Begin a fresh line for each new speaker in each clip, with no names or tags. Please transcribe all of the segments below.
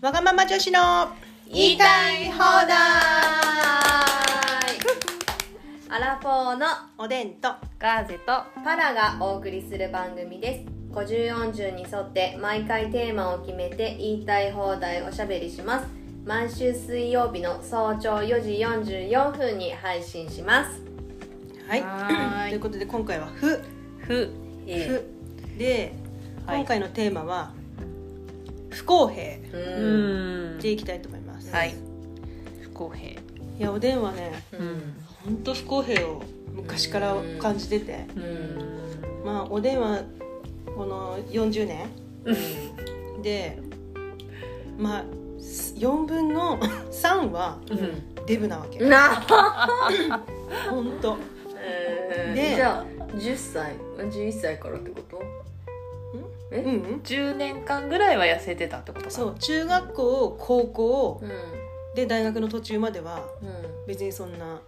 わがまま女子の
言いたい放題 アラフォーの
おでんと
ガーゼとパラがお送りする番組です50、40に沿って毎回テーマを決めて言いたい放題おしゃべりします毎週水曜日の早朝4時44分に配信します
はい
はーい
ということで今回は「ふ」
ふ
「
ええ
ふ」で
はい
今回のテーマは「不公平」
う
うんん
でいきたいと思います、
はい不公平
いやおでんはね
うん
本当不公平を昔から感じてて
う
まあおでんはこの40年でまあ4分の3は
ん
デブなわけ
うんな
本当
でじゃあ10歳11歳からってこと
う
え
ん
10年間ぐらいは痩せてたってことか
そう中学校高校
うん
で大学の途中までは
うん
別にそんな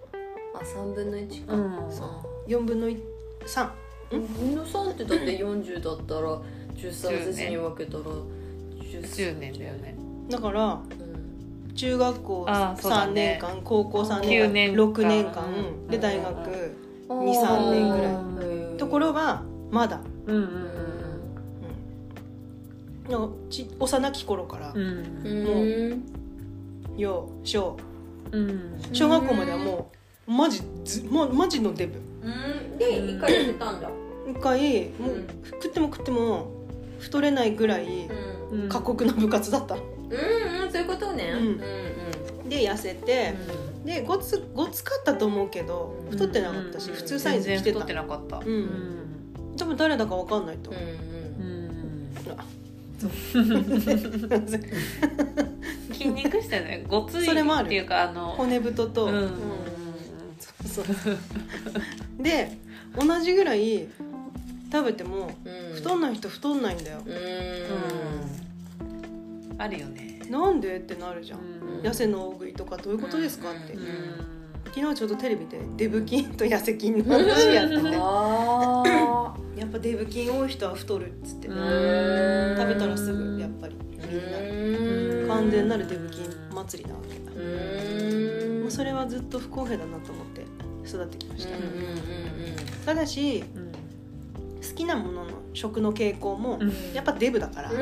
あ3分の1か、
うん
そう
4分の3
分の3ってだって40だったら10歳ずつに分けたら10歳
10年だよね
だから
うん
中学校
あーそうだ
3年
ね
間、高校3
九
年間
年間
6年間、
うん
で大
うん
学、
二
23
年ぐ
らところがまだ、
うんう
うん
うん、なんかち幼き頃から、
んうん
うん
幼少
うん
小学校まではもうマジず、ま、マジのデブ
うんで1回痩せたんだ
一回もう、
うん
食っても食っても太れないぐらい
うん
うん
過酷な部活だった、
うんうんそういうことね
う
うんんうん
で痩せて、
う
でごつごつかったと思うけど
うん
太ってなかったし、
うん
普通サイズ着て
全然太
た
ってなかったうん
多分誰だか分かんないと思う、
ん
ん
筋
筋
肉
肉質だよねごつい
それもある
っていうかあの
骨太と、
うんうん
そうそうで同じぐらい食べても
うん
太んない人太んないんだよ
うん
うんあるよね
なんでってなるじゃ
うんん
痩せの大食いとかどういうことですかって、
うん
昨日ちょうどテレビでデブ筋と痩せ筋の話やってて
ああ
やっぱデブ筋多い人は太るっつって、
うん
食べたらすぐやっぱりみん
うん
な完全なるデブ筋祭りなわけ
うーん
もうそれはずっと不公平だなと思って育ってきました、
うんうんうんうん
ただし
うん
好きなものの食の傾向も、
うん
やっぱデブだから、
うん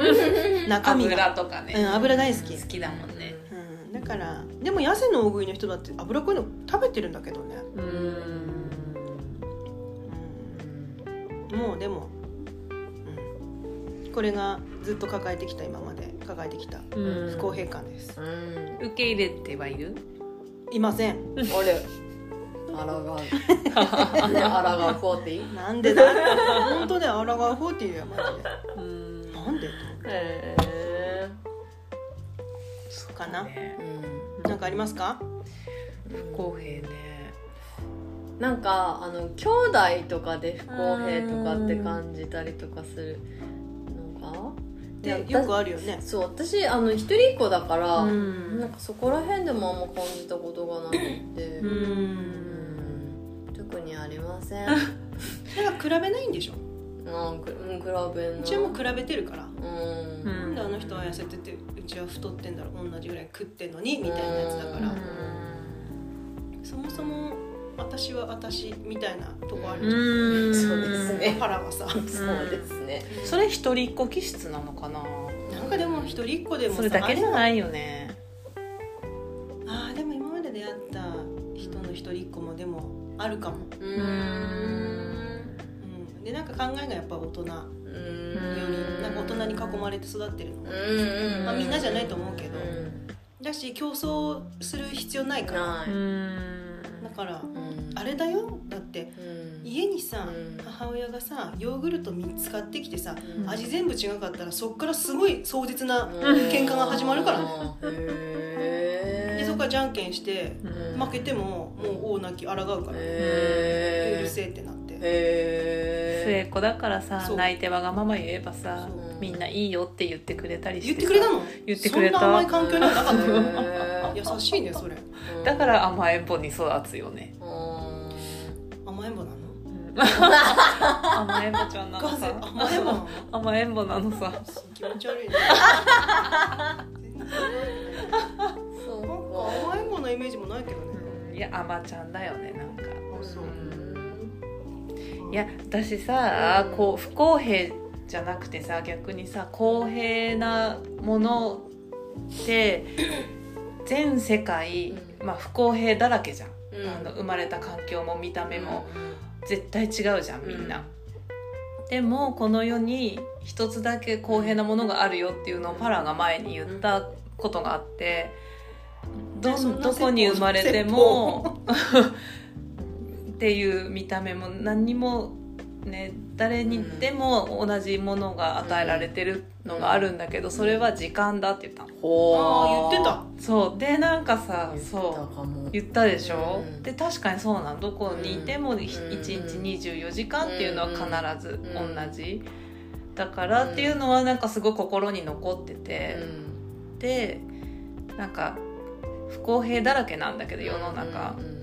中身が
油とかね
うん油大好き
好きだもんね
うんだからでも痩せの大食いの人だって脂っこいの食べてるんだけどね、
うん
うん、もうでも、うん、これがずっと抱えてきた今まで抱えてきた
うん
不公平感です、
うん
受け入れてはいる
いません
あれあら がうあらがうフォーティー
なんでだ 本当だよらがう方っていうよマジで
うん
なんで
へえ
かな、
うん
なんかありますか
不公平ね
なんかあの兄弟とかで不公平とかって感じたりとかするのがいや
で
私
よくあるよね
そう私あの一人っ子だから、
ん
なんかそこら辺でもあんま感じたことがなくて、
う
うんん特にありませ ん
だから比べないんでしょ
なんかうん比べん
う
な
ちはもう比べてるから
うん
う
なん
ん
であの人は痩せててうちは太ってんだろ同じぐらい食ってんのにみたいなやつだから、そもそも私は私みたいなとこあるじゃん、
うん
そうですね
パラはさ
そうですね
それ一人っ子気質なのかな
なんかでも一人っ子でもさ
それだけじゃ
い
ないよね
あーでも今まで出会った人の一人っ子もでもあるかも、
う
うん
うん、でなんか考えがやっぱ大人よ
う
り
ん
うん
なんか大人に囲まれて育ってるの、
うん
まあ、みんなじゃないと思うけど、
うん
だし競争する必要ないから
な
う
い
ん
だから
うん
あれだよだって
うん
家にさ、
うん
母親がさヨーグルト3つ買ってきてさ
うん
味全部違かったらそっからすごい壮絶な
うん
喧嘩が始まるからね
へ
で
え
そこからじゃんけんして
うん
負けてももう王なき抗うから
へ
許
え
せえってなって
へ
末
え
っ子だからさ
そう
泣いてわがまま言えばさ
そう
みんないいよって言ってくれたりして
言ってく
さ
れたの
言ってくれた
そんな甘い環境にはなかったよ
へ
優しいねそれ
え
だから甘えん坊に育つよ ね
うん
甘えん坊なの
甘えん坊ちゃんな
ガ
の
ーゼ
さ
甘えん坊なの
甘えん坊なのさ
気持ち悪いね全
そう
なんか甘いものイメージもないけどね、
うんいやあまちゃんだよねなんか
あそう
いや私さ、
うん
こう不公平じゃなくてさ逆にさ公平なものって全世界、
うん
まあ、不公平だらけじゃん、
うん
あの生まれた環境も見た目も、
う
絶対違うじゃんみんな、でもこの世に一つだけ公平なものがあるよっていうのをパラが前に言ったことがあって、ど
ねそん
ん
な
どこに生まれても っていう見た目も何にもね誰にでも同じものが与えられてるのがあるんだけど、それは時間だって言ったの。
ほ
ああ言ってた
そうでなんかさ
言ってた
そう
かも
言ったでしょ、
うん
で確かにそうなんどこにいてもひ
うん
1日24時間っていうのは必ず
うん
同じ、だからっていうのはなんかすごい心に残ってて、
うん
でなんか不公平だらけなんだけど世の中
う、ん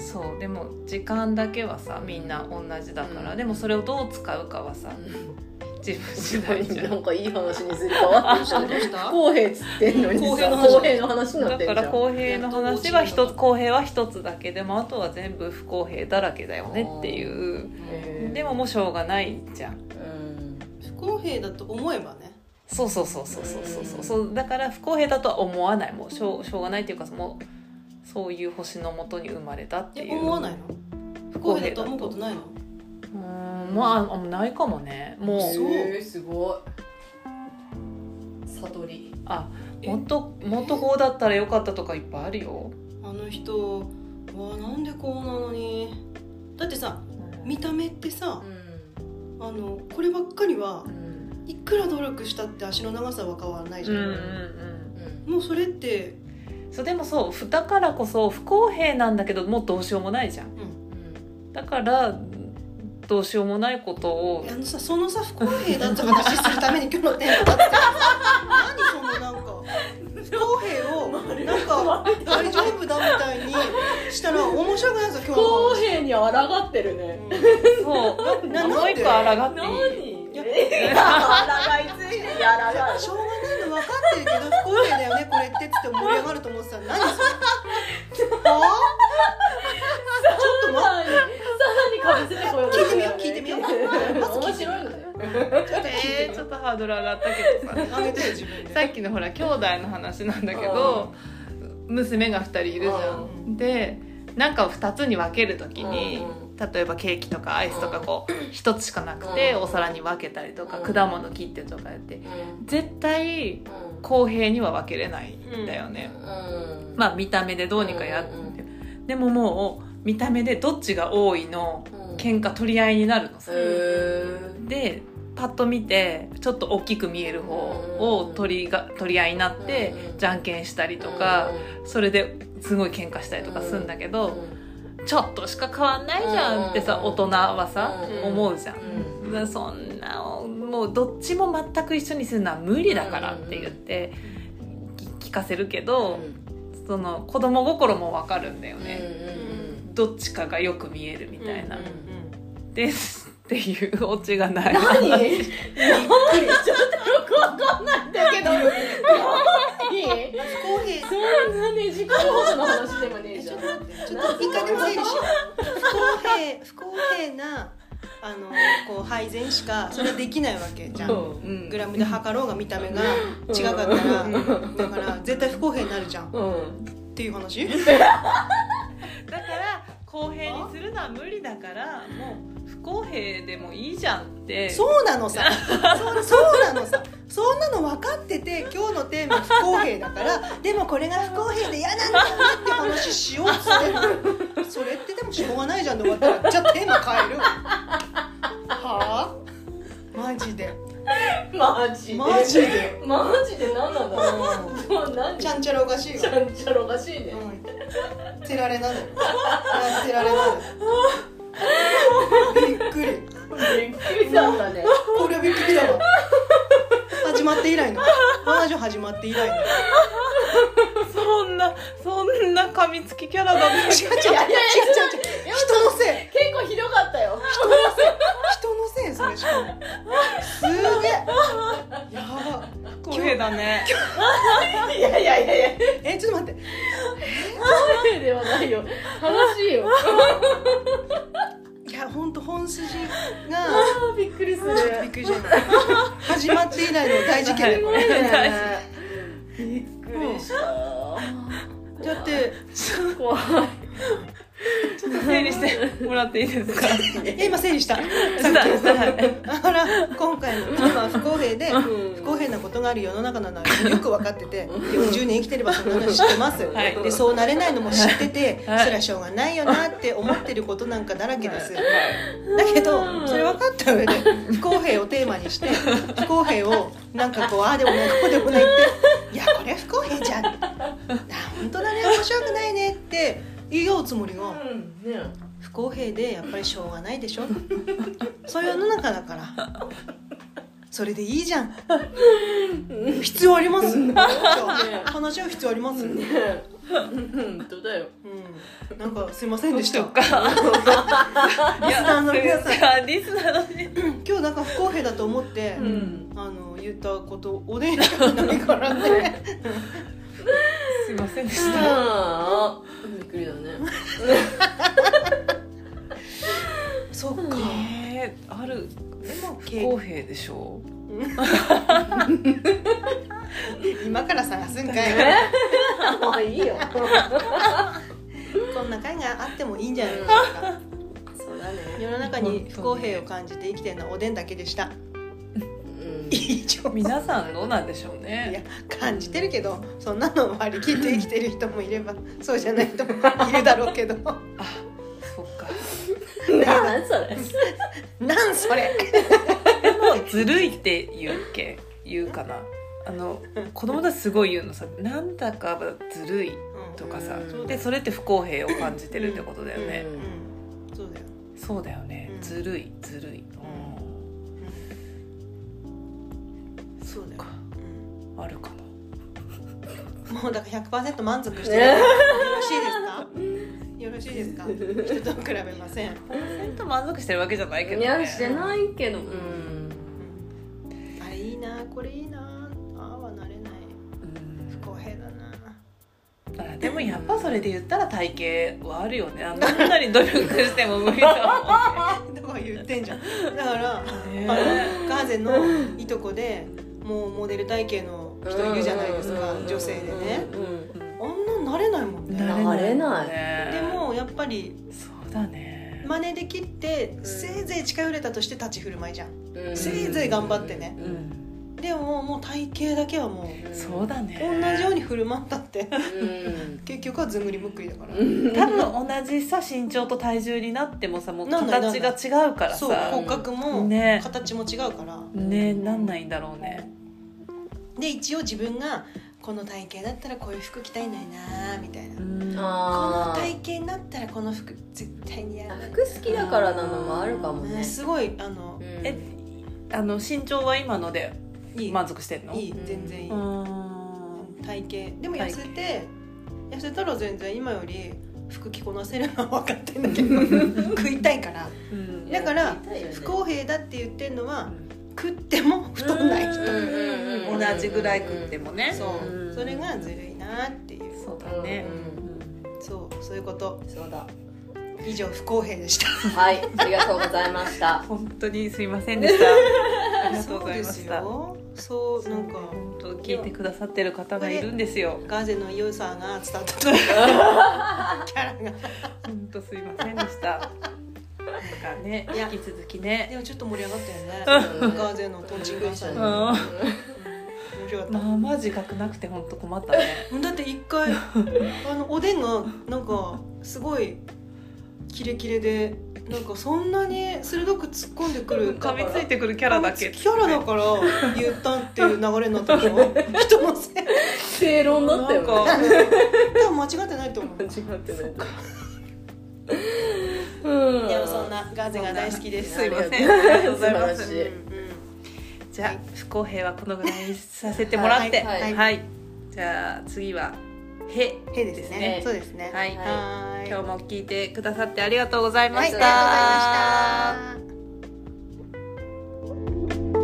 そうでも時間だけはさみんな同じだから、
うん
でもそれをどう使うかはさ自分次第じゃ
なんんかいい話にすり替わって
ど
る
うしたど
じゃん
うした
公平っつってんのにさ
公平
公平
の話
の話になっ
だ
て
か
るじゃ
ら
ん
公平の話は一つ公平は一つだけでもあとは全部不公平だらけだよねっていう。
えー
でももうしょうがないじゃん
うん
不公平だと思えばね
そうそうそうそうそうそうそううんそうだから不公平だとは思わないもうしょうしょうがないっていうかもうそういう星のもとに生まれたって
え
いう
思わないの
不
不公平だと思うことないの
うーんまああないかもねもう
そう
えーすごい悟り
あもっともっとこうだったらよかったとかいっぱいあるよ、
あの人わあなんでこうなのにだってさ見た目ってさ
う
あのこればっかりは
うん
いくら努力したって足の長さは変わらないじ
う
ゃ
ん
ん
う、んうん
ん
もうそれって
そうでもそうふだからこそ不公平なんだけどもうどうしようもないじゃんだからどうしようもないこと を
あのさそのさ不公平だって話するために今日のテーマだって何そのなんか不公平をなんか 大丈夫だみたいにしたら面白くないぞ今日の
公
話
平に抗ってるね
そう
な
もう一個抗っていい
何
や
え抗いついてやらが
うんしょうがないの分かってるけど不公平だよねこれってっつって盛り上がると思ってたら何それは
ちょっと待ってさらにかぶせてこようとしてるよね
聞いてみよう聞いてみよう
面白いのね
えー、ちょっとハードル上がったけどさ
あ上げてよ自分で
さっきのほら兄弟の話なんだけど娘が2人いるじゃ。
うん
でなんかを2つに分ける時に
うん
例えばケーキとかアイスとかこう1つしかなくて
うん
お皿に分けたりと
う
か
ん
果物切ってとかやって
うん
絶対
うん
公平には分けれないんだよね。
うん
まあ見た目でどうにかやっ
うんう
でももう見た目でどっちが多いの
うん
喧嘩取り合いになるのさ。
へ
でパッと見てちょっと大きく見える方を取りが取り合いになって
うん
じゃんけんしたり
ー
とかそれですごい喧嘩したりとかするんだけ
うん
どちょっとしか変わんないじゃんってさ
うん
大人はさ
うん
思うじゃん。
うん
うわそんなもうどっちも全く一緒にするのは無理だからって言ってき聞かせるけどその子供心もわかるんだよ
うん
ね。
うん
どっちかがよく見えるみたいな
うん。
ですっていうオチがない。
何何ちょっとよくわかんないんだけどいい
不公平
そんなね時間ごとの話でもねえじ
ち
ゃ
ょ
ん
っと待ってちょっと一回でも整理しよう不公平不公平なあのこう配膳しかそれできないわけじゃん
うん
グラムで測ろうが見た目が違かったらだから絶対不公平になるじゃんっ
うん
ていう話
だから公平にするのは無理だからもう不公平でもいいじゃんって
そうなのさそうそうなのさそんなの分かってて今日のテーマ不公平だからでもこれが不公平で嫌なんだよねって話しようっつってんのそれってでもしょうがないじゃんで終わったらじゃあテーマ変えるはあマジで
マジで
マジで
マジで何なんだろ
う
うもう何
んちゃんちゃらおかしいよ
ちゃんちゃらおかしいね
うんてられなのよてられなのよびっくり
びっくりしたんだね
これはびっくりだわ始まって以来の彼女始まって以来の
そんなそんな噛みつきキャラだね
違う違う違う違う違う人のせい
結構ひどかったよ
人のせいそれしかもすげえやば
公平だだね
いやいやいやいや
えちょっと待って
トイレではないよ楽しいよ
いや本当本筋
あ
が
ーびっくりする
ちょっとびっくりじゃない始まって以来の大事件だ
す
よこ
ご
れ
い
大
ねびっくりした
だって
怖い
ちょっと整理してもらっていいですか
いや今整理 した
したしたはい
だから今回のテーマは不公平で不
不
公平なことがある世の中なのは よく分かってて40年生きてればそんなの知ってます、
はい
でそうなれないのも知ってて、
はい
そりゃしょうがないよなって思ってることなんかだらけです、だけどそれ分かった上で不公平をテーマにして不公平をなんかこうああでもないこうでもないって「いやこれ不公平じゃん」あ「本当だね面白くないね」って言おうつもりが
うんね
不公平でやっぱりしょうがないでしょそういう世の中だからそれでいいじゃん必要あります話し合う必要あります、うん、
ね 本当だよ
なんかすいませんでした
そ っか
リスナーの皆さん
さんリスナーの皆さん
今日なんか不公平だと思って、
うん
あの言ったことおでんしかないからね
すいませんでした
あーびっくりだね
そっか
えー、ある
でも
不公平でしょう
今から探すんかい
もういいよ
こんな会があってもいいんじゃないですか
そうだね
世の中に不公平を感じて生きてるのはおでんだけでした
うん
以上
皆さんどうなんでしょう
い
ね
や感じてるけどそんなの割り切って生きてる人もいればそうじゃない人もいるだろうけど
あそっか
なんそれ
なんそれ
でもずるいって言うっけ言うかなあの子供たちすごい言うのさなんだかずるいとかさ、
うん
でそれって不公平を感じてるってことだよね、
うんうんそうだよ
そうだよね、
うん
ずるいずるい、
そうだよ、
う
うん
あるかなん
もうだから100%満足してる、
ね
よろしいですかよろしいですか人と比べません、
ちょっと満足してるわけじゃないけど、
い
ね、
やしてないけどうん
うんあれいいなこれいいなああはなれない不公平だ な
あでもやっぱそれで言ったら体型はあるよねあのどんなに努力しても無理だ
だから言ってんじゃんだから
もん
あ
ね
のガーゼのいとこでもうモデル体型の人いるじゃないですか女性でね
うん
あんななれないもんね
なれない
ね
でもやっぱり
そうだね
真似できって
ん
せいぜい近寄れたとして立ち振る舞いじゃん
うん
せいぜい頑張ってね
うん
でももう体型だけはもう
そうだね
同じように振る舞ったって
うん
結局はずんぐりむっくりだから
多分同じさ身長と体重になってもさもう
なんない
形が違うから
そう
さ
骨格も
ね
形も違うから
ねなんないんだろうね
で一応自分がこの体型だったらこういう服着たいんだよなみたいなこの
あ
体
ー
型になったらこの服絶対似合うな
服好きだからなのもあるかも
ね
ね
すごいあの
う、ん
えあの身長は今ので
いい、
満足してんの
いい
うん
全然いい、
うん
体型でも痩せて痩せたら全然今より服着こなせるのは分かってんだけど食いたいから
うん
だから
食いたいよね
不公平だって言ってんのは食っても太んない人
うんうんうん
同じぐらい食ってもね
そううんそれがずるいなっていう
そうだね
う
そうそういうこと
そうだ
以上不公平でした
はいありがとうござい ました
本当にすいませんでしたありがとうございま
そ
した
うですよそうなんか
本当聞いてくださってる方がいるんですよ
ガーゼの良さが伝わったとキャラが
本当すいませんでしたなんかね
いや
引き続きね
でもちょっと盛り上がったよね
うん
ガーゼのトンチンカンさん
うん
面
ま
白かった、
あまあ自覚なくて本当困ったね
だって一回あのおでんがなんかすごいキレキレでなんかそんなに鋭く突っ込んでくる
噛みついてくるキャラだ
噛
け
みつキャラだから言ったっていう流れになったでしょ人のせい
正論だったよね
なんか
多分間違ってないと思う
違ってないうん
いやそんなガーゼが大好きです
すいません
あ
あ
りがと
りが
う
とう
ご
ご
ざ
ざ
い
い
ま
ますす
うんうん
じゃあ不公平はこのぐらいにさせてもらって
はい
はい
はいじゃあ次は「へ」
へですね
へ
そうですね
はい
は
はーい
今日も聞いてくださってありがとうございま
はいあり
し
がとうご
た、
ざいました